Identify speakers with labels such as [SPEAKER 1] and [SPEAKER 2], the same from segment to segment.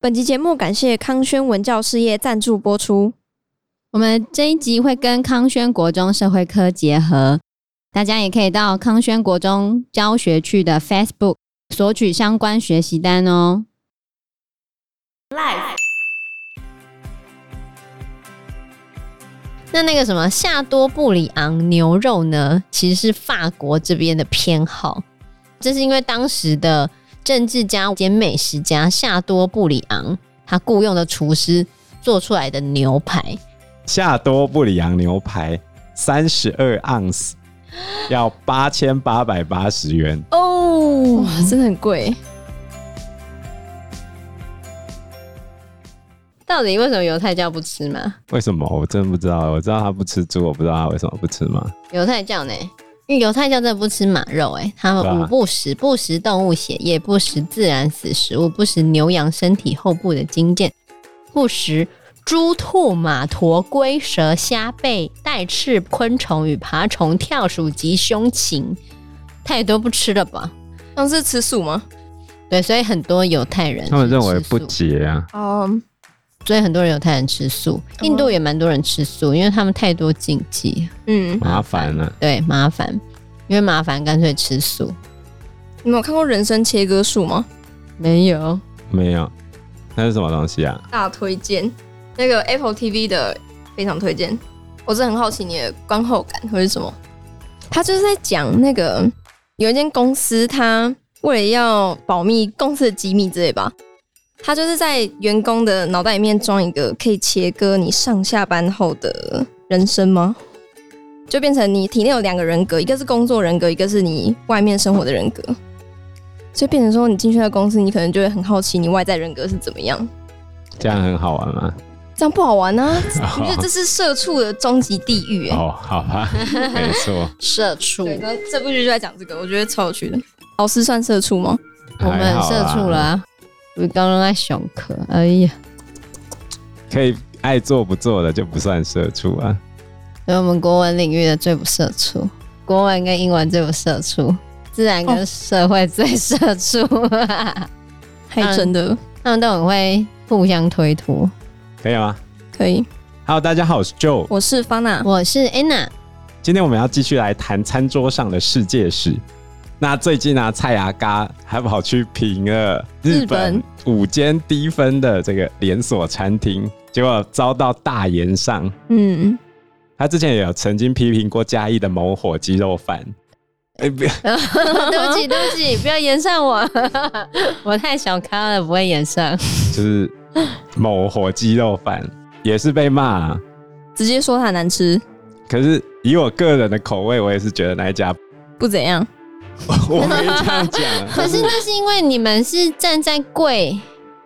[SPEAKER 1] 本集节目感谢康轩文教事业赞助播出。
[SPEAKER 2] 我们这一集会跟康轩国中社会科结合，大家也可以到康轩国中教学区的 Facebook 索取相关学习单哦。
[SPEAKER 3] 那那个什么夏多布里昂牛肉呢，其实是法国这边的偏好，这是因为当时的政治家兼美食家夏多布里昂，他雇佣的厨师做出来的牛排，
[SPEAKER 4] 夏多布里昂牛排三十二盎司，要八千八百八十元。
[SPEAKER 1] 哦，哇，真的很贵。
[SPEAKER 3] 到底为什么犹太教不吃嘛？
[SPEAKER 4] 为什么？我真不知道。我知道他不吃猪，我不知道他为什么不吃吗？
[SPEAKER 3] 犹太教呢？因为犹太教真的不吃马肉、欸，他
[SPEAKER 4] 对啊
[SPEAKER 3] 们五不食：不食动物血液，不食自然死食物，不食牛羊身体后部的筋腱，不食猪、兔、马、驼、龟、蛇、虾、贝、带翅、昆虫与爬虫、跳鼠及胸禽，太多不吃了吧？
[SPEAKER 1] 上次吃素吗？
[SPEAKER 3] 对，所以很多犹太人
[SPEAKER 4] 他们
[SPEAKER 3] 是
[SPEAKER 4] 认为
[SPEAKER 3] 吃
[SPEAKER 4] 不
[SPEAKER 3] 素
[SPEAKER 4] 洁啊。
[SPEAKER 1] 哦、
[SPEAKER 3] 所以很多人犹太人吃素，印度也蛮多人吃素，因为他们太多禁忌，
[SPEAKER 1] 嗯，
[SPEAKER 4] 麻烦啊了、
[SPEAKER 3] 对，麻烦，因为麻烦干脆吃素。
[SPEAKER 1] 你们有看过人参切割术吗？
[SPEAKER 3] 没有，
[SPEAKER 4] 没有，那是什么东西啊？
[SPEAKER 1] 大推荐，那个 Apple TV 的非常推荐。我真的很好奇你的观后感会是什么？他就是在讲那个有一间公司，他为了要保密公司的机密之类吧，他就是在员工的脑袋里面装一个可以切割你上下班后的人生吗？就变成你体内有两个人格，一个是工作人格，一个是你外面生活的人格。所以变成说，你进去的公司，你可能就会很好奇你外在人格是怎么样。
[SPEAKER 4] 这样很好玩吗？
[SPEAKER 1] 这样不 好玩啊！我觉得这是社畜的终极地狱哎、
[SPEAKER 4] 哦，好 吧，没错，
[SPEAKER 3] 社畜，
[SPEAKER 1] 对，那这部剧就在讲这个，我觉得超有趣的。老师算社畜吗？
[SPEAKER 3] 我们
[SPEAKER 4] 还
[SPEAKER 3] 很
[SPEAKER 4] 好
[SPEAKER 3] 社
[SPEAKER 4] 啦
[SPEAKER 3] 畜了、，啊。我刚刚在熊壳，哎呀，
[SPEAKER 4] 可以爱做不做的就不算社畜啊。
[SPEAKER 3] 所以我们国文领域的最不社畜，国文跟英文最不社畜，自然跟社会最社畜、哦
[SPEAKER 1] 还真的、
[SPEAKER 3] 他们都很会互相推脱。
[SPEAKER 4] 可以吗
[SPEAKER 1] 可以。
[SPEAKER 4] ？Hello，大家好，我是 Joe。
[SPEAKER 1] 我是方娜，
[SPEAKER 3] 我是 Anna，
[SPEAKER 4] 今天我们要继续来谈餐桌上的世界史。那最近啊，蔡雅嘎还跑去评了日
[SPEAKER 1] 日本
[SPEAKER 4] 本五间低分的这个连锁餐厅，结果遭到大言上。
[SPEAKER 1] 嗯，
[SPEAKER 4] 他之前也有曾经批评过嘉义的某火鸡肉饭。哎、不要
[SPEAKER 3] 哦对不 起，对不起，不要延上我， 我太小咖了，不会延上。
[SPEAKER 4] 就是某火鸡肉饭也是被骂啊、
[SPEAKER 1] 直接说它难吃，
[SPEAKER 4] 可是以我个人的口味，我也是觉得那一家
[SPEAKER 1] 不怎样。
[SPEAKER 4] 我没这样讲。
[SPEAKER 3] 可是那是因为你们是站在贵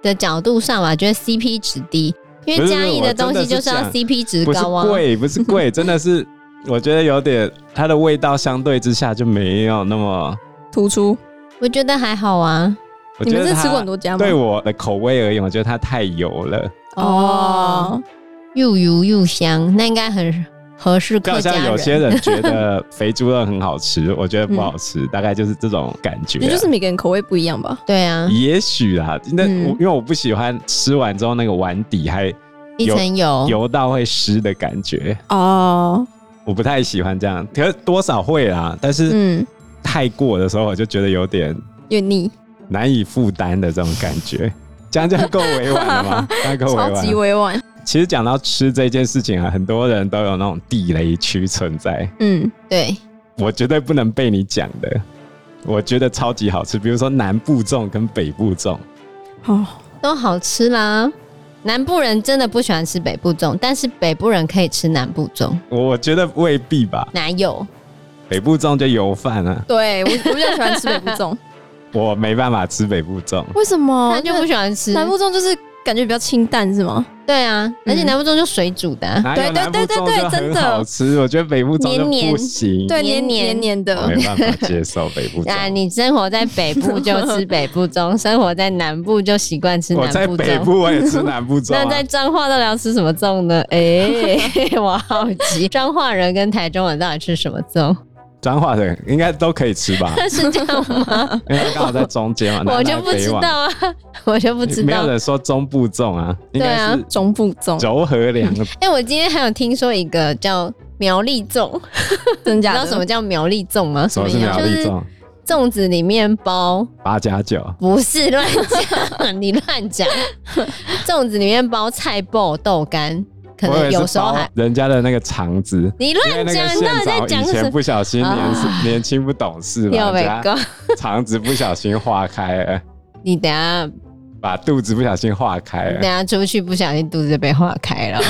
[SPEAKER 3] 的角度上吧，觉得 CP 值低，因
[SPEAKER 4] 不
[SPEAKER 3] 为
[SPEAKER 4] 是
[SPEAKER 3] 嘉义
[SPEAKER 4] 不是我
[SPEAKER 3] 的东西
[SPEAKER 4] 真的是
[SPEAKER 3] 就是要
[SPEAKER 4] 讲
[SPEAKER 3] CP 值
[SPEAKER 4] 不是
[SPEAKER 3] 高啊。
[SPEAKER 4] 贵，不是 贵，真的是我觉得有点它的味道相对之下就没有那么。
[SPEAKER 1] 突出，
[SPEAKER 3] 我觉得还好啊。
[SPEAKER 4] 我
[SPEAKER 1] 你
[SPEAKER 4] 觉
[SPEAKER 1] 们
[SPEAKER 4] 得
[SPEAKER 1] 是吃
[SPEAKER 4] 它
[SPEAKER 1] 过很多家吗？
[SPEAKER 4] 对我的口味而言，我觉得它太油了，
[SPEAKER 1] 哦，
[SPEAKER 3] 又油又香，那应该很合适
[SPEAKER 4] 就好
[SPEAKER 3] 客家
[SPEAKER 4] 像
[SPEAKER 3] 人。
[SPEAKER 4] 有些人觉得肥猪肉很好吃，我觉得不好吃，大概就是这种感觉啊。
[SPEAKER 1] 嗯也就是每个人口味不一样吧。
[SPEAKER 3] 对啊，
[SPEAKER 4] 也许啦，那
[SPEAKER 1] 嗯
[SPEAKER 4] 我因为我不喜欢吃完之后那个碗底还
[SPEAKER 3] 一层油，
[SPEAKER 4] 油到会湿的感觉，
[SPEAKER 1] 哦，
[SPEAKER 4] 我不太喜欢这样。可是多少会啦，但是
[SPEAKER 1] 嗯，
[SPEAKER 4] 太过的时候，我就觉得有点
[SPEAKER 1] 有点腻，
[SPEAKER 4] 难以负担的这种感觉。 这样这样够委婉了 吗？这样够委婉
[SPEAKER 1] 超级
[SPEAKER 4] 了。
[SPEAKER 1] 委婉。
[SPEAKER 4] 其实讲到吃这件事情啊，很多人都有那种地雷区存在。
[SPEAKER 1] 嗯，
[SPEAKER 3] 对，
[SPEAKER 4] 我绝对不能被你讲的。我觉得超级好吃，比如说南部粽跟北部粽，
[SPEAKER 1] 哦，
[SPEAKER 3] 都好吃啦。南部人真的不喜欢吃北部粽，但是北部人可以吃南部粽，
[SPEAKER 4] 我我觉得未必吧。
[SPEAKER 3] 哪有？
[SPEAKER 4] 北部粽就油饭啊，
[SPEAKER 1] 对我我比较喜欢吃北部粽，
[SPEAKER 4] 我没办法吃北部粽。
[SPEAKER 1] 为什么
[SPEAKER 3] 他就不喜欢吃。
[SPEAKER 1] 哦南部粽就是感觉比较清淡是吗？
[SPEAKER 3] 对啊，而且
[SPEAKER 1] 嗯
[SPEAKER 3] 南部粽就水煮的啊、
[SPEAKER 4] 哪
[SPEAKER 1] 对
[SPEAKER 4] 有
[SPEAKER 1] 对
[SPEAKER 4] 南部
[SPEAKER 1] 对对对
[SPEAKER 4] 粽就
[SPEAKER 1] 真
[SPEAKER 4] 很
[SPEAKER 1] 的
[SPEAKER 4] 好吃？我觉得北部粽就
[SPEAKER 3] 黏
[SPEAKER 4] 不
[SPEAKER 3] 黏
[SPEAKER 4] 行，
[SPEAKER 1] 对，黏
[SPEAKER 3] 黏
[SPEAKER 1] 黏
[SPEAKER 3] 黏
[SPEAKER 1] 黏
[SPEAKER 4] 我
[SPEAKER 1] 的，
[SPEAKER 4] 没办法接受北 部
[SPEAKER 3] 啊，
[SPEAKER 4] 粽。
[SPEAKER 3] 你生活在北部就吃北部粽， 生活在南部就习惯吃
[SPEAKER 4] 我
[SPEAKER 3] 南
[SPEAKER 4] 在
[SPEAKER 3] 部
[SPEAKER 4] 北
[SPEAKER 3] 粽。
[SPEAKER 4] 部啊我也吃南部粽、
[SPEAKER 3] 那在
[SPEAKER 4] 啊，
[SPEAKER 3] 彰化到底要吃什么 粽呢？哎、我好奇，彰化人跟台中人到底吃什么粽？
[SPEAKER 4] 彰化的应该都可以吃吧？
[SPEAKER 3] 是这样吗？
[SPEAKER 4] 因为它刚好在中间嘛，
[SPEAKER 3] 我
[SPEAKER 4] 南
[SPEAKER 3] 就
[SPEAKER 4] 来
[SPEAKER 3] 不
[SPEAKER 4] 北
[SPEAKER 3] 知
[SPEAKER 4] 往
[SPEAKER 3] 道啊， 我就不知
[SPEAKER 4] 没有
[SPEAKER 3] 道。
[SPEAKER 4] 人说中部粽啊，应
[SPEAKER 3] 对
[SPEAKER 4] 该
[SPEAKER 3] 啊
[SPEAKER 4] 是
[SPEAKER 1] 中部粽，
[SPEAKER 4] 柔和两个
[SPEAKER 3] 哎、我今天还有听说一个叫苗栗粽， 你
[SPEAKER 1] 真假
[SPEAKER 3] 知
[SPEAKER 1] 的？
[SPEAKER 3] 道什么叫苗栗粽吗？
[SPEAKER 4] 什么是苗栗粽？
[SPEAKER 3] 就是粽子里面包
[SPEAKER 4] 八加九
[SPEAKER 3] 不是乱讲，你乱 讲。粽子里面包菜爆豆干，可
[SPEAKER 4] 我以
[SPEAKER 3] 能
[SPEAKER 4] 为
[SPEAKER 3] 有
[SPEAKER 4] 是
[SPEAKER 3] 时候
[SPEAKER 4] 包
[SPEAKER 3] 还
[SPEAKER 4] 人家的那个肠子。
[SPEAKER 3] 你
[SPEAKER 4] 因为
[SPEAKER 3] 乱
[SPEAKER 4] 那个
[SPEAKER 3] 讲，你
[SPEAKER 4] 县
[SPEAKER 3] 到底在
[SPEAKER 4] 长
[SPEAKER 3] 讲
[SPEAKER 4] 以
[SPEAKER 3] 什
[SPEAKER 4] 前
[SPEAKER 3] 么？啊
[SPEAKER 4] 不小心年事年轻不懂事 嘛，
[SPEAKER 3] 又被
[SPEAKER 4] 人家
[SPEAKER 3] 告，
[SPEAKER 4] 肠子不小心化开了，
[SPEAKER 3] 你等下
[SPEAKER 4] 把肚子不小心化开
[SPEAKER 1] 啊
[SPEAKER 3] 等
[SPEAKER 4] 了。
[SPEAKER 3] 下出去不小心肚子就被化开 了，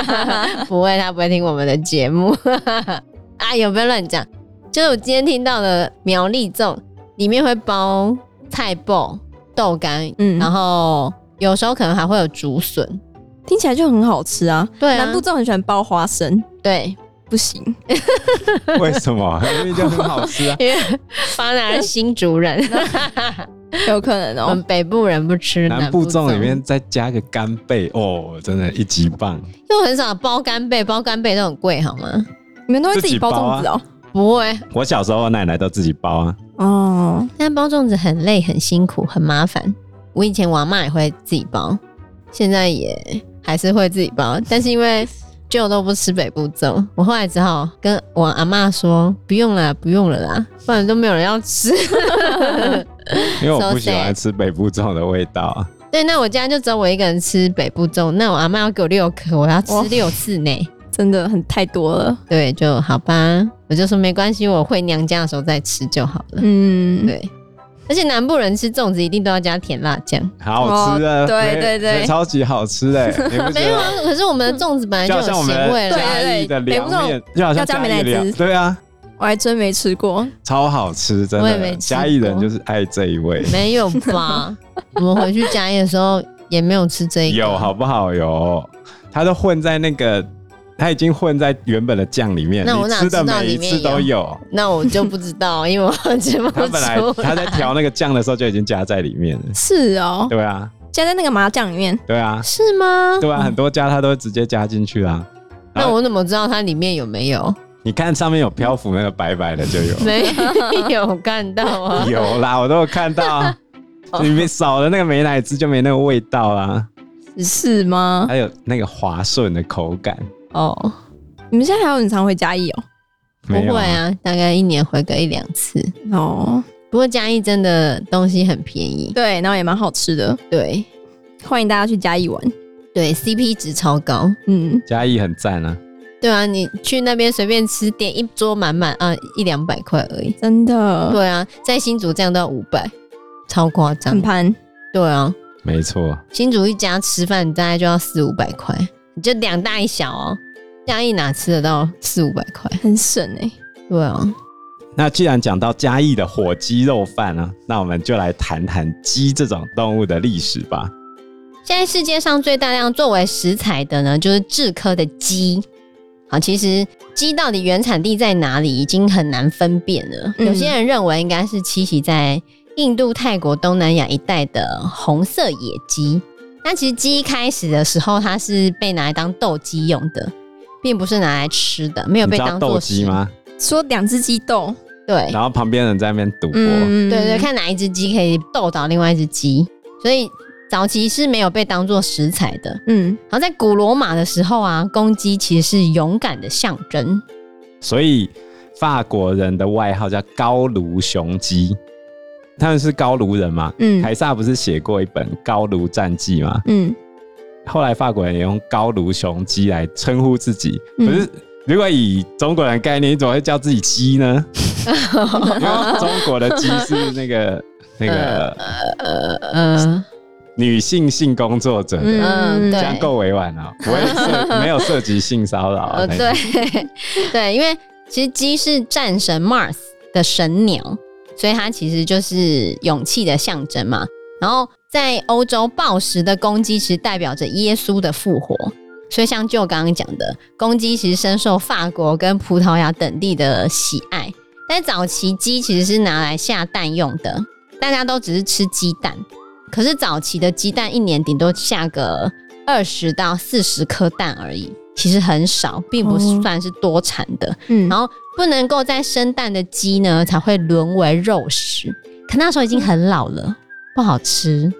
[SPEAKER 3] 不会，他不会听我们的节目 啊？有没有乱讲？就是我今天听到的苗栗粽里面会包菜爆豆干，
[SPEAKER 1] 嗯
[SPEAKER 3] 然后有时候可能还会有竹笋，
[SPEAKER 1] 听起来就很好吃啊。
[SPEAKER 3] 对啊
[SPEAKER 1] 南部粽很喜欢包花生，
[SPEAKER 3] 对，
[SPEAKER 1] 不行，
[SPEAKER 4] 为 什么？明明就很好吃啊！
[SPEAKER 3] 因为巴拿是新竹 人，
[SPEAKER 1] 有可能
[SPEAKER 3] 我们
[SPEAKER 1] 哦。
[SPEAKER 3] 北部人不吃
[SPEAKER 4] 南
[SPEAKER 3] 部
[SPEAKER 4] 部粽里面再加个干贝，哦，真的，一级棒！
[SPEAKER 3] 因为我很少包干贝，包干贝都很贵，好吗？
[SPEAKER 1] 你们都会
[SPEAKER 4] 自
[SPEAKER 1] 自
[SPEAKER 4] 己
[SPEAKER 1] 己包粽子
[SPEAKER 4] 包
[SPEAKER 1] 哦？
[SPEAKER 3] 不会，
[SPEAKER 4] 我小时候我奶奶都自己包啊，
[SPEAKER 1] 哦，
[SPEAKER 3] 但包粽子很累、很辛苦、很麻烦。我以前我阿妈也会自己包，现在也还是会自己包，但是因为舅都不吃北部粽，我后来只好跟我阿妈说不用了，不用了啦，不然都没有人要吃。
[SPEAKER 4] 因为我
[SPEAKER 3] So
[SPEAKER 4] 不喜
[SPEAKER 3] sad
[SPEAKER 4] 欢吃北部粽的味道啊。
[SPEAKER 3] 对，那我家就只有我一个人吃北部粽，那我阿妈要给我六颗，我要吃
[SPEAKER 1] 哇
[SPEAKER 3] 六次呢。
[SPEAKER 1] 真的很太多了。
[SPEAKER 3] 对，就好吧。我就说没关系，我回娘家的时候再吃就好了。
[SPEAKER 1] 嗯，
[SPEAKER 3] 对，而且南部人吃粽子一定都要加甜辣酱。
[SPEAKER 4] 好吃啊！
[SPEAKER 1] 哦对
[SPEAKER 4] 没
[SPEAKER 1] 对对
[SPEAKER 4] 没超级好吃 哎、你不觉
[SPEAKER 3] 没有啊
[SPEAKER 4] 得？，
[SPEAKER 3] 可是我们的粽子本来
[SPEAKER 4] 就
[SPEAKER 3] 就
[SPEAKER 4] 好嗯像我
[SPEAKER 3] 有
[SPEAKER 4] 们
[SPEAKER 3] 咸味了
[SPEAKER 4] 的
[SPEAKER 1] 对。
[SPEAKER 4] 嘉义的
[SPEAKER 1] 对对
[SPEAKER 4] 凉面，就好像
[SPEAKER 1] 要加美
[SPEAKER 4] 义
[SPEAKER 1] 乃
[SPEAKER 4] 凉
[SPEAKER 1] 滋
[SPEAKER 4] 对啊，
[SPEAKER 1] 我还真没吃过。
[SPEAKER 4] 超好吃，真
[SPEAKER 3] 我也没
[SPEAKER 4] 的。
[SPEAKER 3] 吃
[SPEAKER 4] 嘉义人就是爱这一味，
[SPEAKER 3] 没有吧？我们回去嘉义的时候也没有吃这个。
[SPEAKER 4] 有好不好？有，它都混在那个，它已经混在原本的酱里面，
[SPEAKER 3] 那我
[SPEAKER 4] 你
[SPEAKER 3] 哪
[SPEAKER 4] 吃的
[SPEAKER 3] 知道
[SPEAKER 4] 每
[SPEAKER 3] 里
[SPEAKER 4] 一
[SPEAKER 3] 面
[SPEAKER 4] 次都
[SPEAKER 3] 有
[SPEAKER 4] 有。
[SPEAKER 3] 那我就不知道，因为 我 吃不
[SPEAKER 4] 他本来
[SPEAKER 3] 出
[SPEAKER 4] 他在调那个酱的时候就已经加在里面了。
[SPEAKER 1] 是哦，
[SPEAKER 4] 对啊，
[SPEAKER 1] 加在那个麻酱里面。
[SPEAKER 4] 对啊，
[SPEAKER 3] 是吗？
[SPEAKER 4] 对啊，很多家他都直接加进去啊啦。然
[SPEAKER 3] 那
[SPEAKER 4] 后
[SPEAKER 3] 我怎么知道它里面有没有？
[SPEAKER 4] 你看上面有漂浮那个白白的就有。
[SPEAKER 3] 没有看到 啊？哦
[SPEAKER 4] 有啦，我都有看 到，里面少了那个美乃滋就没那个味道啦，
[SPEAKER 1] 是吗？
[SPEAKER 4] 还有那个滑顺的口感，
[SPEAKER 3] 哦，
[SPEAKER 1] 你们现在还有很常回嘉义哦？
[SPEAKER 3] 不
[SPEAKER 4] 没有
[SPEAKER 3] 会，啊，大概一年回个一两次。
[SPEAKER 1] 哦，
[SPEAKER 3] 不过嘉义真的东西很便宜，
[SPEAKER 1] 对，然后也蛮好吃的，
[SPEAKER 3] 对
[SPEAKER 1] 欢迎大家去嘉义玩。
[SPEAKER 3] 对，CP 值超高。
[SPEAKER 1] 嗯，
[SPEAKER 4] 嘉义很赞啊，
[SPEAKER 3] 对啊，你去那边随便吃，点一桌满满啊，一两百块而已。
[SPEAKER 1] 真的
[SPEAKER 3] 对啊，在新竹这样都要五百，超夸张
[SPEAKER 1] 很。盘。
[SPEAKER 3] 对啊，
[SPEAKER 4] 没错，
[SPEAKER 3] 新竹一家吃饭大概就要四五百块，你就两大一小哦。嘉义哪吃得到四五百块？
[SPEAKER 1] 很省哎、
[SPEAKER 3] 对啊，
[SPEAKER 4] 那既然讲到嘉义的火鸡肉饭呢、那我们就来谈谈鸡这种动物的历史吧。
[SPEAKER 3] 现在世界上最大量作为食材的呢，就是制科的鸡。好，其实鸡到底原产地在哪里，已经很难分辨了。
[SPEAKER 1] 嗯
[SPEAKER 3] 有些人认为应该是栖息在印度、泰国、东南亚一带的红色野鸡。但其实鸡一开始的时候，它是被拿来当斗鸡用的，并不是拿来吃的，没有
[SPEAKER 4] 你
[SPEAKER 3] 被
[SPEAKER 4] 知道
[SPEAKER 3] 当
[SPEAKER 4] 斗
[SPEAKER 3] 做
[SPEAKER 4] 鸡
[SPEAKER 3] 食？
[SPEAKER 4] 吗？
[SPEAKER 1] 说两只鸡斗，
[SPEAKER 3] 对，
[SPEAKER 4] 然后旁边人在那边赌博，
[SPEAKER 1] 嗯，
[SPEAKER 3] 对对，看哪一只鸡可以斗倒另外一只鸡，所以早期是没有被当做食材的。
[SPEAKER 1] 嗯，
[SPEAKER 3] 然后在古罗马的时候啊，公鸡其实是勇敢的象征。
[SPEAKER 4] 所以法国人的外号叫高卢雄鸡，他们是高卢人嘛。
[SPEAKER 1] 嗯
[SPEAKER 4] 凯撒不是写过一本《高卢战记》吗？
[SPEAKER 1] 嗯，
[SPEAKER 4] 后来法国人也用高卢雄鸡来称呼自己。可
[SPEAKER 1] 嗯
[SPEAKER 4] 是，如果以中国人的概念，你怎么会叫自己鸡 呢？因为中国的鸡是那个那个
[SPEAKER 3] 嗯
[SPEAKER 4] 女性性工作者的，
[SPEAKER 3] 嗯，
[SPEAKER 1] 嗯
[SPEAKER 4] 这样
[SPEAKER 3] 对，
[SPEAKER 4] 够委婉了、不会涉没有涉及性骚扰啊。
[SPEAKER 3] 呃
[SPEAKER 4] 那
[SPEAKER 3] 对 对，因为其实鸡是战神 Mars 的神鸟，所以它其实就是勇气的象征嘛。然后在欧洲，暴食的公鸡其实代表着耶稣的复活。所以，像就刚刚讲的，公鸡其实深受法国跟葡萄牙等地的喜爱。但早期鸡其实是拿来下蛋用的，大家都只是吃鸡蛋。可是早期的鸡蛋一年顶多下个二十到四十颗蛋而已，其实很少，并不
[SPEAKER 1] 哦
[SPEAKER 3] 算是多产的。
[SPEAKER 1] 嗯，
[SPEAKER 3] 然后不能够在生蛋的鸡呢才会沦为肉食。可那时候已经很老了，不好吃，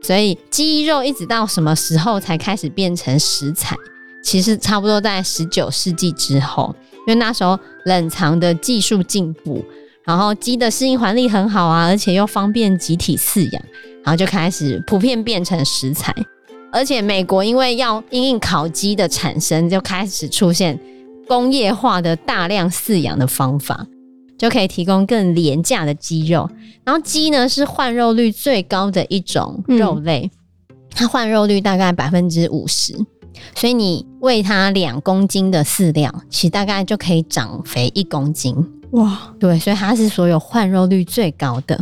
[SPEAKER 3] 所以鸡肉一直到什么时候才开始变成食材？其实差不多在十九世纪之后，因为那时候冷藏的技术进步，然后鸡的适应环力很好啊，而且又方便集体饲养，然后就开始普遍变成食材。而且美国因为要因应烤鸡的产生，就开始出现工业化的大量饲养的方法，就可以提供更廉价的鸡肉。然后鸡呢是换肉率最高的一种肉类，它换肉率大概百分之五十，所以你喂它两公斤的饲料，其实大概就可以长肥一公斤。
[SPEAKER 1] 哇，
[SPEAKER 3] 对，所以它是所有换肉率最高的，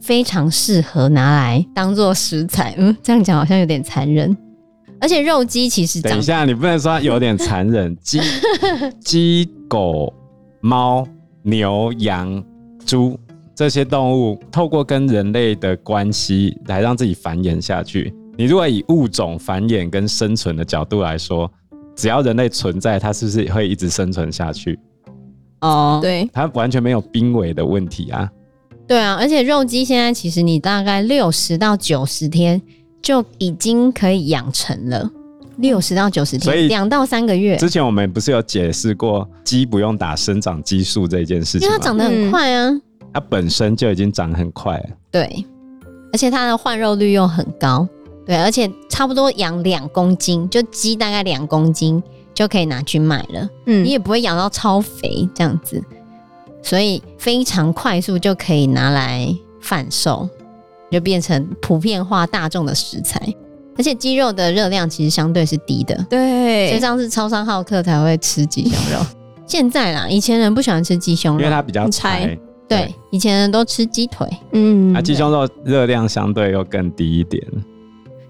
[SPEAKER 3] 非常适合拿来当做食材。嗯，这样讲好像有点残忍。而且肉鸡其实
[SPEAKER 4] 等
[SPEAKER 3] 长
[SPEAKER 4] 一下，你不能说它有点残忍。 鸡、鸡、狗、猫、牛、羊、猪这些动物，透过跟人类的关系来让自己繁衍下去。你如果以物种繁衍跟生存的角度来说，只要人类存在，它是不是会一直生存下去？
[SPEAKER 3] 哦，
[SPEAKER 1] 对，
[SPEAKER 4] 它完全没有濒危的问题啊！
[SPEAKER 3] 对啊，而且肉鸡现在其实你大概六十到九十天就已经可以养成了，六十到九十
[SPEAKER 4] 所以
[SPEAKER 3] 天，两到三个月，
[SPEAKER 4] 之前我们不是有解释过鸡不用打生长激素这件事
[SPEAKER 3] 因为
[SPEAKER 4] 情
[SPEAKER 3] 它？
[SPEAKER 4] 吗
[SPEAKER 1] 嗯
[SPEAKER 3] 长得很快啊。
[SPEAKER 4] 它本身就已经长很快了。
[SPEAKER 3] 对，而且它的换肉率又很高，对，而且差不多养两公斤，就鸡大概两公斤就可以拿去卖了，
[SPEAKER 1] 嗯
[SPEAKER 3] 你也不会养到超肥这样子，所以非常快速就可以拿来贩售，就变成普遍化大众的食材。而且鸡肉的热量其实相对是低的，所以
[SPEAKER 1] 对，
[SPEAKER 3] 上次超商好客才会吃鸡胸肉。现在啦，以前人不喜欢吃鸡胸
[SPEAKER 4] 因为
[SPEAKER 3] 肉，
[SPEAKER 4] 它比较
[SPEAKER 1] 很柴
[SPEAKER 4] 柴，
[SPEAKER 3] 对，以前人都吃鸡腿。
[SPEAKER 1] 嗯
[SPEAKER 4] 啊，鸡胸肉热量相对又更低一点。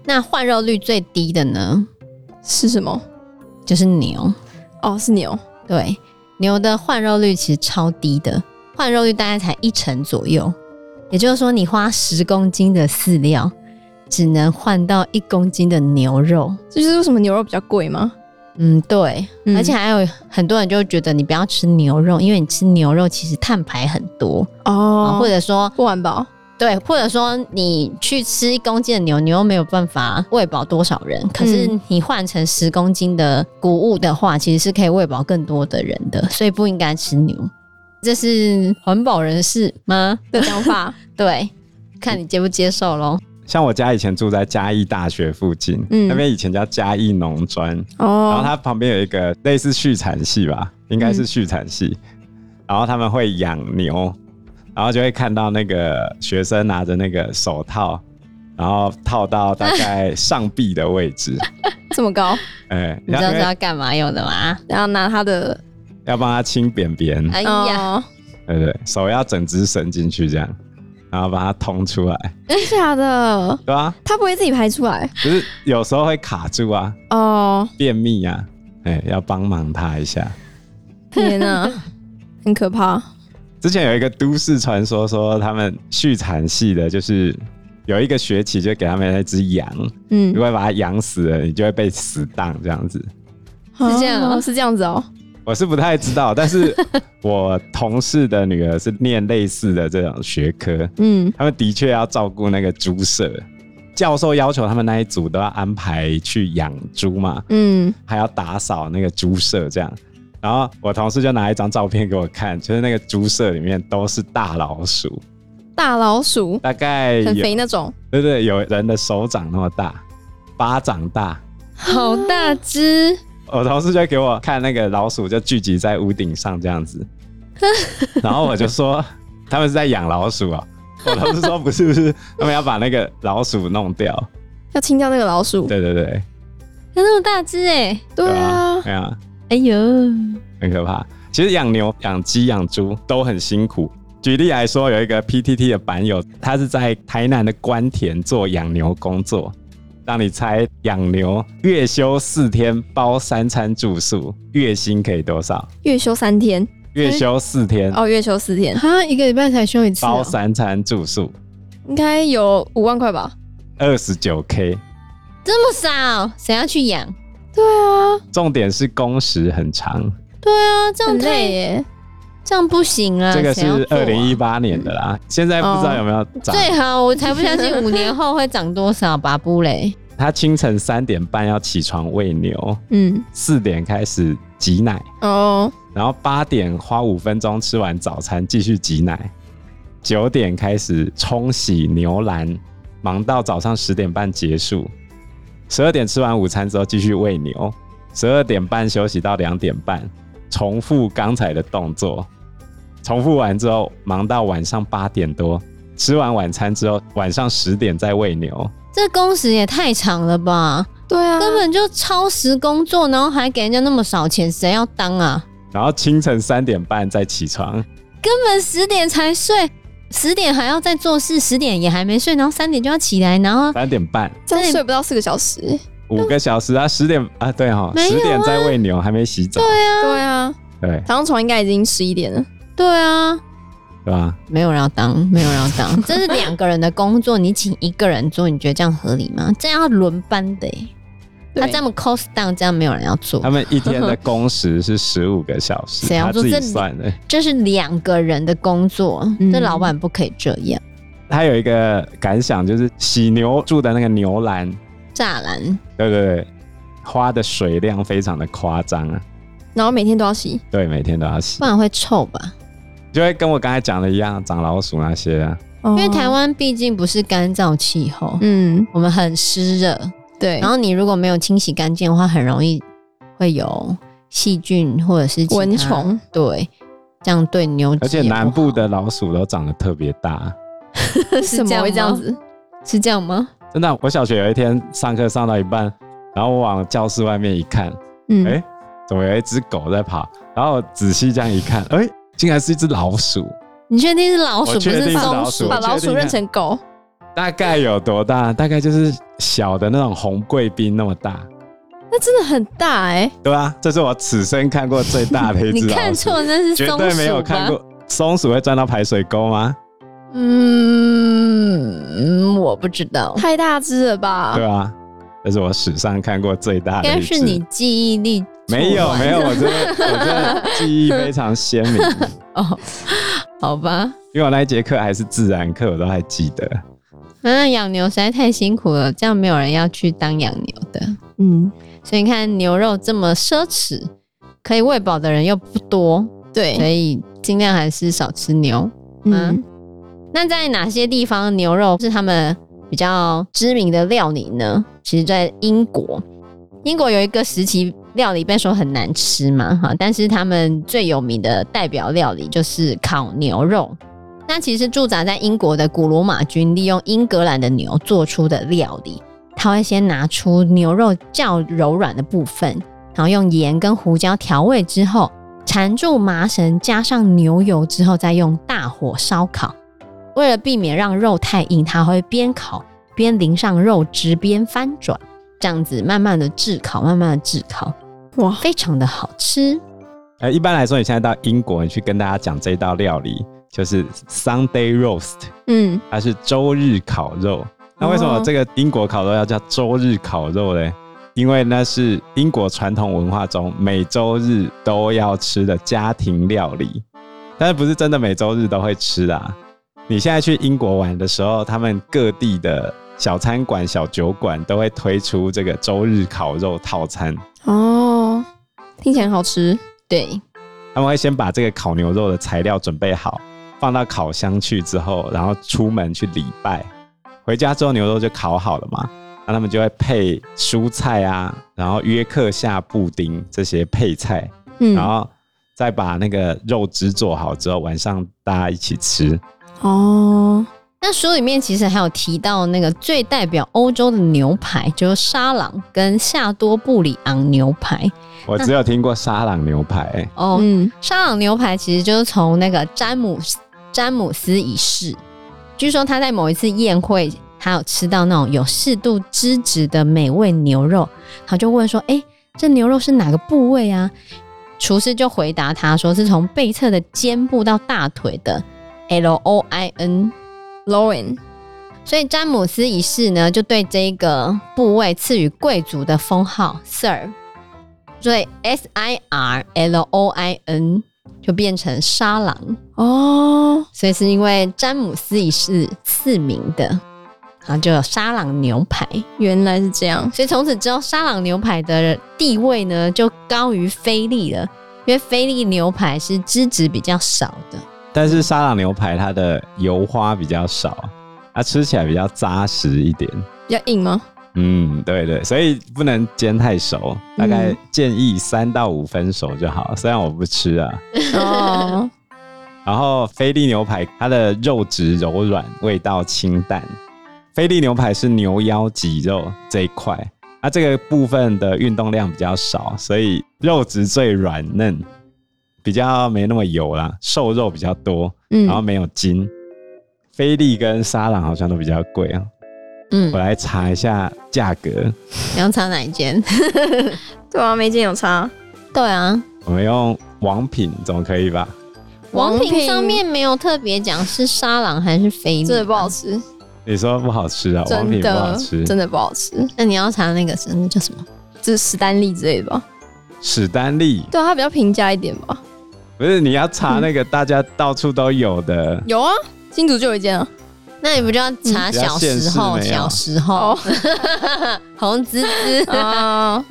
[SPEAKER 3] 那换肉率最低的呢，
[SPEAKER 1] 是什么？
[SPEAKER 3] 就是牛。
[SPEAKER 1] 哦，是牛，
[SPEAKER 3] 对，牛的换肉率其实超低的，换肉率大概才一成左右。也就是说，你花十公斤的饲料，只能换到一公斤的牛肉。
[SPEAKER 1] 这就是为什么牛肉比较贵吗？
[SPEAKER 3] 嗯，对，
[SPEAKER 1] 嗯
[SPEAKER 3] 而且还有很多人就觉得你不要吃牛肉，因为你吃牛肉其实碳排很多，啊
[SPEAKER 1] 哦
[SPEAKER 3] 或者说
[SPEAKER 1] 不环保，
[SPEAKER 3] 对，或者说你去吃一公斤的牛，你又没有办法喂饱多少人。可是
[SPEAKER 1] 嗯
[SPEAKER 3] 你换成十公斤的谷物的话，其实是可以喂饱更多的人的，所以不应该吃牛。这是环保人士吗？
[SPEAKER 1] 的想法，
[SPEAKER 3] 对，看你接不接受喽。
[SPEAKER 4] 像我家以前住在嘉义大学附近，
[SPEAKER 1] 嗯
[SPEAKER 4] 那边以前叫嘉义农专，然后
[SPEAKER 1] 哦，
[SPEAKER 4] 它旁边有一个类似畜产系吧，应该
[SPEAKER 3] 嗯
[SPEAKER 4] 是畜产系，然后他们会养牛，然后就会看到那个学生拿着那个手套，然后套到大 概上臂的位置，
[SPEAKER 1] 这么高，
[SPEAKER 4] 哎、
[SPEAKER 3] 你知道
[SPEAKER 4] 要
[SPEAKER 3] 是
[SPEAKER 4] 因为
[SPEAKER 3] 要干嘛用的吗？
[SPEAKER 1] 然后拿它的，
[SPEAKER 4] 要帮他清便便，
[SPEAKER 3] 哎呀，
[SPEAKER 1] 哦，
[SPEAKER 4] 对不对？手要整只伸进去这样，然后把它通出来，
[SPEAKER 1] 真假的？
[SPEAKER 4] 对啊，
[SPEAKER 1] 它不会自己排出来
[SPEAKER 4] 可是有时候会卡住啊，
[SPEAKER 1] 哦，
[SPEAKER 4] 便秘啊，哎、要帮忙他一下。
[SPEAKER 1] 天哪， 很可怕，
[SPEAKER 4] 之前有一个都市传说，说他们畜产系的，就是有一个学期就给他们那只羊，
[SPEAKER 1] 嗯
[SPEAKER 4] 如，果把它养死了，你就会被死当这样子。
[SPEAKER 1] 是
[SPEAKER 3] 这样哦
[SPEAKER 1] 是这样子哦，
[SPEAKER 4] 我是不太知道，但是我同事的女儿是念类似的这种学科，
[SPEAKER 1] 嗯，
[SPEAKER 4] 他们的确要照顾那个猪舍。教授要求他们那一组都要安排去养猪嘛，
[SPEAKER 1] 嗯，
[SPEAKER 4] 还要打扫那个猪舍这样。然后我同事就拿一张照片给我看，就是那个猪舍里面都是大老鼠，
[SPEAKER 1] 大老鼠
[SPEAKER 4] 大概
[SPEAKER 1] 很
[SPEAKER 4] 有
[SPEAKER 1] 肥那种，
[SPEAKER 4] 对对，有人的手掌那么大，巴掌大。哦
[SPEAKER 3] 好大只，
[SPEAKER 4] 我同事就给我看那个老鼠就聚集在屋顶上这样 子，然后我就说他们是在养老鼠啊、我同事说不是不是，他们要把那个老鼠弄掉。
[SPEAKER 1] 要清掉那个老鼠，
[SPEAKER 4] 对啊对对，
[SPEAKER 3] 它那么大只哎、
[SPEAKER 1] 对啊，
[SPEAKER 4] 对啊，
[SPEAKER 3] 哎呦，
[SPEAKER 4] 很可怕。其实养牛、养鸡、养猪都很辛苦。举例来说，有一个 PTT 的版友，他是在台南的关田做养牛工作。让你猜，养牛月休四天，包三餐住宿，月薪可以多少？
[SPEAKER 1] 月休三天，
[SPEAKER 4] 月休四天，
[SPEAKER 1] 哦，月休四天，
[SPEAKER 3] 它一个礼拜才休一次哦、
[SPEAKER 4] 包三餐住宿，
[SPEAKER 1] 应该有五万块吧？
[SPEAKER 4] 二十九 K。
[SPEAKER 3] 这么少，谁要去养？
[SPEAKER 1] 对啊，
[SPEAKER 4] 重点是工时很长，
[SPEAKER 3] 对啊，这样
[SPEAKER 1] 很
[SPEAKER 3] 太
[SPEAKER 1] 累耶，
[SPEAKER 3] 这样不行啊！
[SPEAKER 4] 这个
[SPEAKER 3] 谁要
[SPEAKER 4] 是
[SPEAKER 3] 做啊嗯哦
[SPEAKER 4] 二零一八年的啦，现在不知道有没有涨。
[SPEAKER 3] 最好，我才不相信五年后会涨多少吧，布雷。
[SPEAKER 4] 他清晨三点半要起床喂牛，
[SPEAKER 1] 嗯，
[SPEAKER 4] 四点开始挤奶，
[SPEAKER 1] 哦，
[SPEAKER 4] 然后八点花五分钟吃完早餐继续挤奶，九点开始冲洗牛栏，忙到早上十点半结束，十二点吃完午餐之后继续喂牛，十二点半休息到两点半，重复刚才的动作，重复完之后忙到晚上八点多，吃完晚餐之后晚上十点再喂牛，
[SPEAKER 3] 这工时也太长了吧，
[SPEAKER 1] 对啊，
[SPEAKER 3] 根本就超时工作，然后还给人家那么少钱，谁要当啊？
[SPEAKER 4] 然后清晨三点半再起床，
[SPEAKER 3] 根本十点才睡，十点还要再做事，十点也还没睡，然后三点就要起来，然后
[SPEAKER 4] 三点半
[SPEAKER 1] 这样睡不到四个小时。
[SPEAKER 4] 五个小时啊，十点啊，对哈、
[SPEAKER 3] 没有
[SPEAKER 4] 十、
[SPEAKER 3] 啊
[SPEAKER 4] 点在喂牛，还没洗澡，对、
[SPEAKER 1] 对啊，
[SPEAKER 4] 对
[SPEAKER 1] 早上床应该已经十一点了。
[SPEAKER 3] 对啊，
[SPEAKER 4] 吧？
[SPEAKER 3] 没有人要当，没有人要当， 这是两个人的工作，你请一个人做，你觉得这样合理吗？这样要轮班的、欸，
[SPEAKER 1] 对
[SPEAKER 3] 他这么 cost down，这样没有人要做
[SPEAKER 4] 他，们一天的工时是十五个小时，
[SPEAKER 3] 谁要
[SPEAKER 4] 他
[SPEAKER 3] 做
[SPEAKER 4] 自己
[SPEAKER 3] 这
[SPEAKER 4] 算的。
[SPEAKER 3] 这是两个人的工作，
[SPEAKER 1] 嗯
[SPEAKER 3] 这老板不可以这样。
[SPEAKER 4] 他有一个感想，就是洗牛住的那个牛栏，
[SPEAKER 3] 栅栏，
[SPEAKER 4] 对对对，花的水量非常的夸张啊，
[SPEAKER 1] 然后每天都要洗，
[SPEAKER 4] 对，每天都要洗
[SPEAKER 3] 不，然会臭吧？
[SPEAKER 4] 就会跟我刚才讲的一样，长老鼠那些啊，
[SPEAKER 3] 因
[SPEAKER 1] 因
[SPEAKER 3] 为台，湾毕竟不是干燥气候，
[SPEAKER 1] 哦嗯，
[SPEAKER 3] 我们很湿热，
[SPEAKER 1] 对，
[SPEAKER 3] 然后你如果没有清洗干净的话，很容易会有细菌或者是其他
[SPEAKER 1] 蚊虫，
[SPEAKER 3] 对，这样对牛只
[SPEAKER 4] 而且
[SPEAKER 3] 也不
[SPEAKER 4] 南部
[SPEAKER 3] 好
[SPEAKER 4] 的老鼠都长得特别大。啊
[SPEAKER 1] 为
[SPEAKER 3] 是
[SPEAKER 1] 什么会这
[SPEAKER 3] 这样
[SPEAKER 1] 样
[SPEAKER 3] 吗
[SPEAKER 1] 子？
[SPEAKER 3] 是这样吗？
[SPEAKER 4] 真的啊、我小学有一天上课上到一半，然后我往教室外面一看，
[SPEAKER 1] 嗯，
[SPEAKER 4] 哎、怎么有一只狗在跑？然后我仔细这样一看，哎、竟然是一只老鼠，
[SPEAKER 3] 你确定是老鼠
[SPEAKER 4] 我啊
[SPEAKER 3] 不
[SPEAKER 4] 确定
[SPEAKER 3] 是
[SPEAKER 4] 是
[SPEAKER 3] 松
[SPEAKER 4] 老
[SPEAKER 3] 鼠
[SPEAKER 4] 鼠？
[SPEAKER 1] 把老鼠认成狗，
[SPEAKER 4] 大概有多大？大概就是小的那种红贵宾那么大，
[SPEAKER 1] 那真的很大哎、
[SPEAKER 4] 对啊，这是我此生看过最大的一只
[SPEAKER 3] 你
[SPEAKER 4] 老鼠，
[SPEAKER 3] 看错，那是松
[SPEAKER 4] 绝
[SPEAKER 3] 鼠吧？
[SPEAKER 4] 对没有看过。松鼠会钻到排水沟吗？
[SPEAKER 3] 嗯，我不知 道，
[SPEAKER 1] 太大只了吧？
[SPEAKER 4] 对啊，这是我史上看过最大
[SPEAKER 3] 应
[SPEAKER 4] 的一
[SPEAKER 3] 该
[SPEAKER 4] 只。
[SPEAKER 3] 是你记忆力
[SPEAKER 4] 没有
[SPEAKER 3] 错乱
[SPEAKER 4] 没有，我真的我真的记忆非常鲜明，
[SPEAKER 3] 哦，好吧。
[SPEAKER 4] 因为我那一节课还是自然课，我都还记得。
[SPEAKER 3] 那嗯养牛实在太辛苦了，这样没有人要去当养牛的。
[SPEAKER 1] 嗯，
[SPEAKER 3] 所以你看，牛肉这么奢侈，可以喂饱的人又不多，所
[SPEAKER 1] 对，
[SPEAKER 3] 以尽量还是少吃牛。
[SPEAKER 1] 嗯，
[SPEAKER 3] 那在哪些地方牛肉是他们比较知名的料理呢？其实，在英国，英国有一个时期料理被说很难吃嘛，哈，但是他们最有名的代表料理就是烤牛肉。那其实驻扎在英国的古罗马军利用英格兰的牛做出的料理，他会先拿出牛肉较柔软的部分，然后用盐跟胡椒调味之后，缠住麻绳，加上牛油之后，再用大火烧烤。为了避免让肉太硬，它会边烤边淋上肉汁，边翻转，这样子慢慢的炙烤，慢慢的炙烤，
[SPEAKER 1] 哇，
[SPEAKER 3] 非常的好吃。
[SPEAKER 4] 呃，一般来说，你现在到英国，你去跟大家讲这道料理，就是 Sunday roast，
[SPEAKER 1] 嗯，
[SPEAKER 4] 它是周日烤肉。那为什么
[SPEAKER 1] 哦
[SPEAKER 4] 这个英国烤肉要叫周日烤肉嘞？因为那是英国传统文化中每周日都要吃的家庭料理，但是不是真的每周日都会吃啦。你现在去英国玩的时候，他们各地的小餐馆、小酒馆都会推出这个周日烤肉套餐。
[SPEAKER 1] 哦，听起来很好吃，
[SPEAKER 3] 对，
[SPEAKER 4] 他们会先把这个烤牛肉的材料准备好，放到烤箱去之后，然后出门去礼拜，回家之后牛肉就烤好了嘛。那他们就会配蔬菜啊，然后约克夏布丁这些配菜，
[SPEAKER 1] 嗯
[SPEAKER 4] 然，后再把那个肉汁做好之后，晚上大家一起吃。
[SPEAKER 1] 哦，
[SPEAKER 3] 那书里面其实还有提到那个最代表欧洲的牛排，就是沙朗跟夏多布里昂牛排。
[SPEAKER 4] 我只有听过沙朗牛排、欸
[SPEAKER 3] 哦，
[SPEAKER 1] 嗯，
[SPEAKER 3] 沙朗牛排其实就是从那个詹姆斯詹姆斯一世，据说他在某一次宴会，他有吃到那种有适度脂质的美味牛肉，他就问说：“哎、这牛肉是哪个部位啊？”厨师就回答他说：“是从背侧的肩部到大腿的 L O I N。
[SPEAKER 1] Lowen，
[SPEAKER 3] 所以詹姆斯一世呢，就对这个部位赐予贵族的封号 Sir，所以 S I R L O I N 就变成沙狼，
[SPEAKER 1] 哦，
[SPEAKER 3] 所以是因为詹姆斯一世赐名的，然后就有沙朗牛排。
[SPEAKER 1] 原来是这样。
[SPEAKER 3] 所以从此之后，沙朗牛排的地位呢就高于菲力了，因为菲力牛排是脂质比较少的。
[SPEAKER 4] 但是沙朗牛排它的油花比较少，它吃起来比较扎实一点。
[SPEAKER 1] 比较硬 吗？
[SPEAKER 4] 嗯，对对，所以不能煎太熟，大概
[SPEAKER 1] 嗯
[SPEAKER 4] 建议三到五分熟就好。虽然我不吃啊。
[SPEAKER 1] 哦，
[SPEAKER 4] 然后菲力牛排它的肉质柔软，味道清淡。菲力牛排是牛腰脊肉这一块，它这个部分的运动量比较少，所以肉质最软嫩，比较没那么油啦，瘦肉比较多，然后
[SPEAKER 1] 嗯，
[SPEAKER 4] 没有筋。菲力跟沙朗好像都比较贵啊，
[SPEAKER 3] 嗯
[SPEAKER 4] 我，来查一下价格。
[SPEAKER 3] 你要尝哪一间？
[SPEAKER 1] 对啊，没见有差。
[SPEAKER 3] 对啊，
[SPEAKER 4] 我们用王品总可以吧？
[SPEAKER 3] 王
[SPEAKER 1] 王
[SPEAKER 3] 品
[SPEAKER 1] 品
[SPEAKER 3] 上面没有特别讲是沙朗还是菲力，
[SPEAKER 1] 真的不好。吃，
[SPEAKER 4] 你说不好吃啊？王
[SPEAKER 1] 真
[SPEAKER 4] 品不好
[SPEAKER 1] 的
[SPEAKER 4] 吃，
[SPEAKER 1] 真的不好吃，
[SPEAKER 3] 那你要尝那个是那叫什么？
[SPEAKER 1] 就是史丹利之类的吧？
[SPEAKER 4] 史丹利
[SPEAKER 1] 对啊，它比较平价一点吧？
[SPEAKER 4] 不是你要查那个大家到处都有的。
[SPEAKER 1] 有啊，新竹就有一间啊。
[SPEAKER 3] 那你不就要查
[SPEAKER 4] 比较
[SPEAKER 3] 小
[SPEAKER 4] 现
[SPEAKER 3] 时
[SPEAKER 4] 实
[SPEAKER 3] 候？
[SPEAKER 4] 没有
[SPEAKER 3] 小时候， 红滋滋。
[SPEAKER 1] 啊，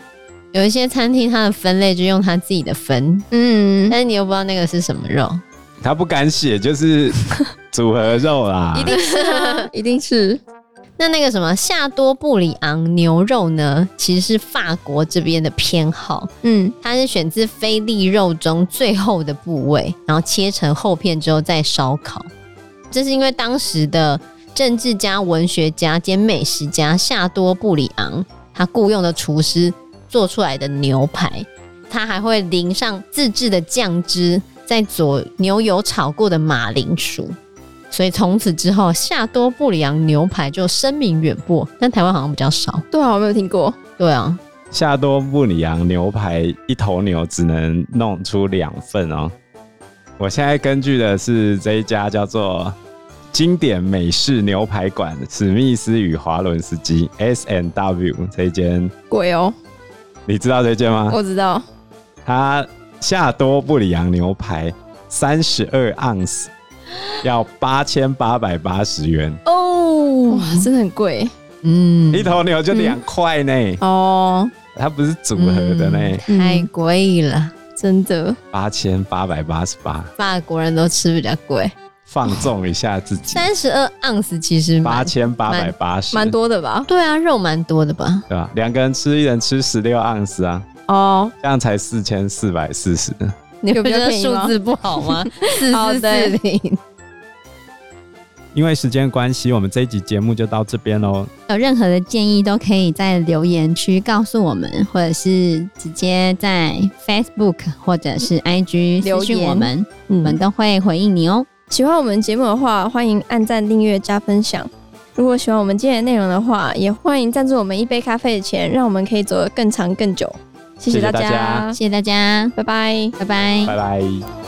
[SPEAKER 3] 有一些餐厅它的分类就用它自己的分，
[SPEAKER 1] 嗯，
[SPEAKER 3] 但是你又不知道那个是什么肉。
[SPEAKER 4] 他不敢写，就是 组合肉啦。
[SPEAKER 1] 一定是啊，一定是。
[SPEAKER 3] 那那个什么夏多布里昂牛肉呢，其实是法国这边的偏好，
[SPEAKER 1] 嗯，
[SPEAKER 3] 它是选自菲力肉中最厚的部位，然后切成厚片之后再烧烤。这是因为当时的政治家、文学家兼美食家夏多布里昂，他雇佣的厨师做出来的牛排，他还会淋上自制的酱汁，再佐牛油炒过的马铃薯。所以从此之后，夏多布里昂牛排就声名远播，但台湾好像比较少。
[SPEAKER 1] 对啊，我没有听过。
[SPEAKER 3] 对啊，
[SPEAKER 4] 夏多布里昂牛排一头牛只能弄出两份哦。我现在根据的是这一家叫做经典美式牛排馆史密斯与华伦斯基 S N W 这一间，
[SPEAKER 1] 鬼哦，
[SPEAKER 4] 你知道这间吗？
[SPEAKER 1] 我知道，
[SPEAKER 4] 它夏多布里昂牛排三十二盎司要八千八百八十元，
[SPEAKER 1] 哇，真的很贵
[SPEAKER 3] 嗯
[SPEAKER 4] 一头牛就两块呢。
[SPEAKER 1] 哦，
[SPEAKER 4] 它不是组合的呢，
[SPEAKER 3] 嗯太贵了，
[SPEAKER 1] 真的。
[SPEAKER 4] 八千八百八十八，
[SPEAKER 3] 法国人都吃比较贵。
[SPEAKER 4] 放纵一下自己，
[SPEAKER 3] 三十二盎司其实蛮
[SPEAKER 4] 八千八百八十，
[SPEAKER 1] 蛮，多的吧？
[SPEAKER 3] 对啊，肉蛮多的吧？
[SPEAKER 4] 对吧？两个人吃，一人吃十六盎司啊，
[SPEAKER 1] 哦，
[SPEAKER 4] 这样才四千四百四十。
[SPEAKER 3] 你
[SPEAKER 1] 有
[SPEAKER 3] 不
[SPEAKER 1] 比
[SPEAKER 3] 觉
[SPEAKER 1] 较
[SPEAKER 3] 得
[SPEAKER 1] 便宜
[SPEAKER 3] 数
[SPEAKER 1] 吗
[SPEAKER 3] 字不 好吗？四
[SPEAKER 2] 哦
[SPEAKER 1] 好
[SPEAKER 3] 四四
[SPEAKER 1] 的
[SPEAKER 3] 零。
[SPEAKER 4] 因为时间关系，我们这一集节目就到这边喽。
[SPEAKER 2] 有任何的建议都可以在留言区告诉我们，或者是直接在 Facebook 或者是 IG
[SPEAKER 1] 留
[SPEAKER 2] 私讯
[SPEAKER 1] 言
[SPEAKER 2] 我们，我们
[SPEAKER 1] 嗯，
[SPEAKER 2] 都会回应你哦。
[SPEAKER 1] 喜欢我们节目的话，欢迎按赞、订阅、加分享。如果喜欢我们今天的内容的话，也欢迎赞助我们一杯咖啡的钱，让我们可以走得更长更久。谢
[SPEAKER 4] 谢谢
[SPEAKER 1] 大
[SPEAKER 4] 大家
[SPEAKER 2] 谢谢大家，
[SPEAKER 1] 拜拜。
[SPEAKER 3] 哎
[SPEAKER 2] 拜拜
[SPEAKER 4] 拜拜。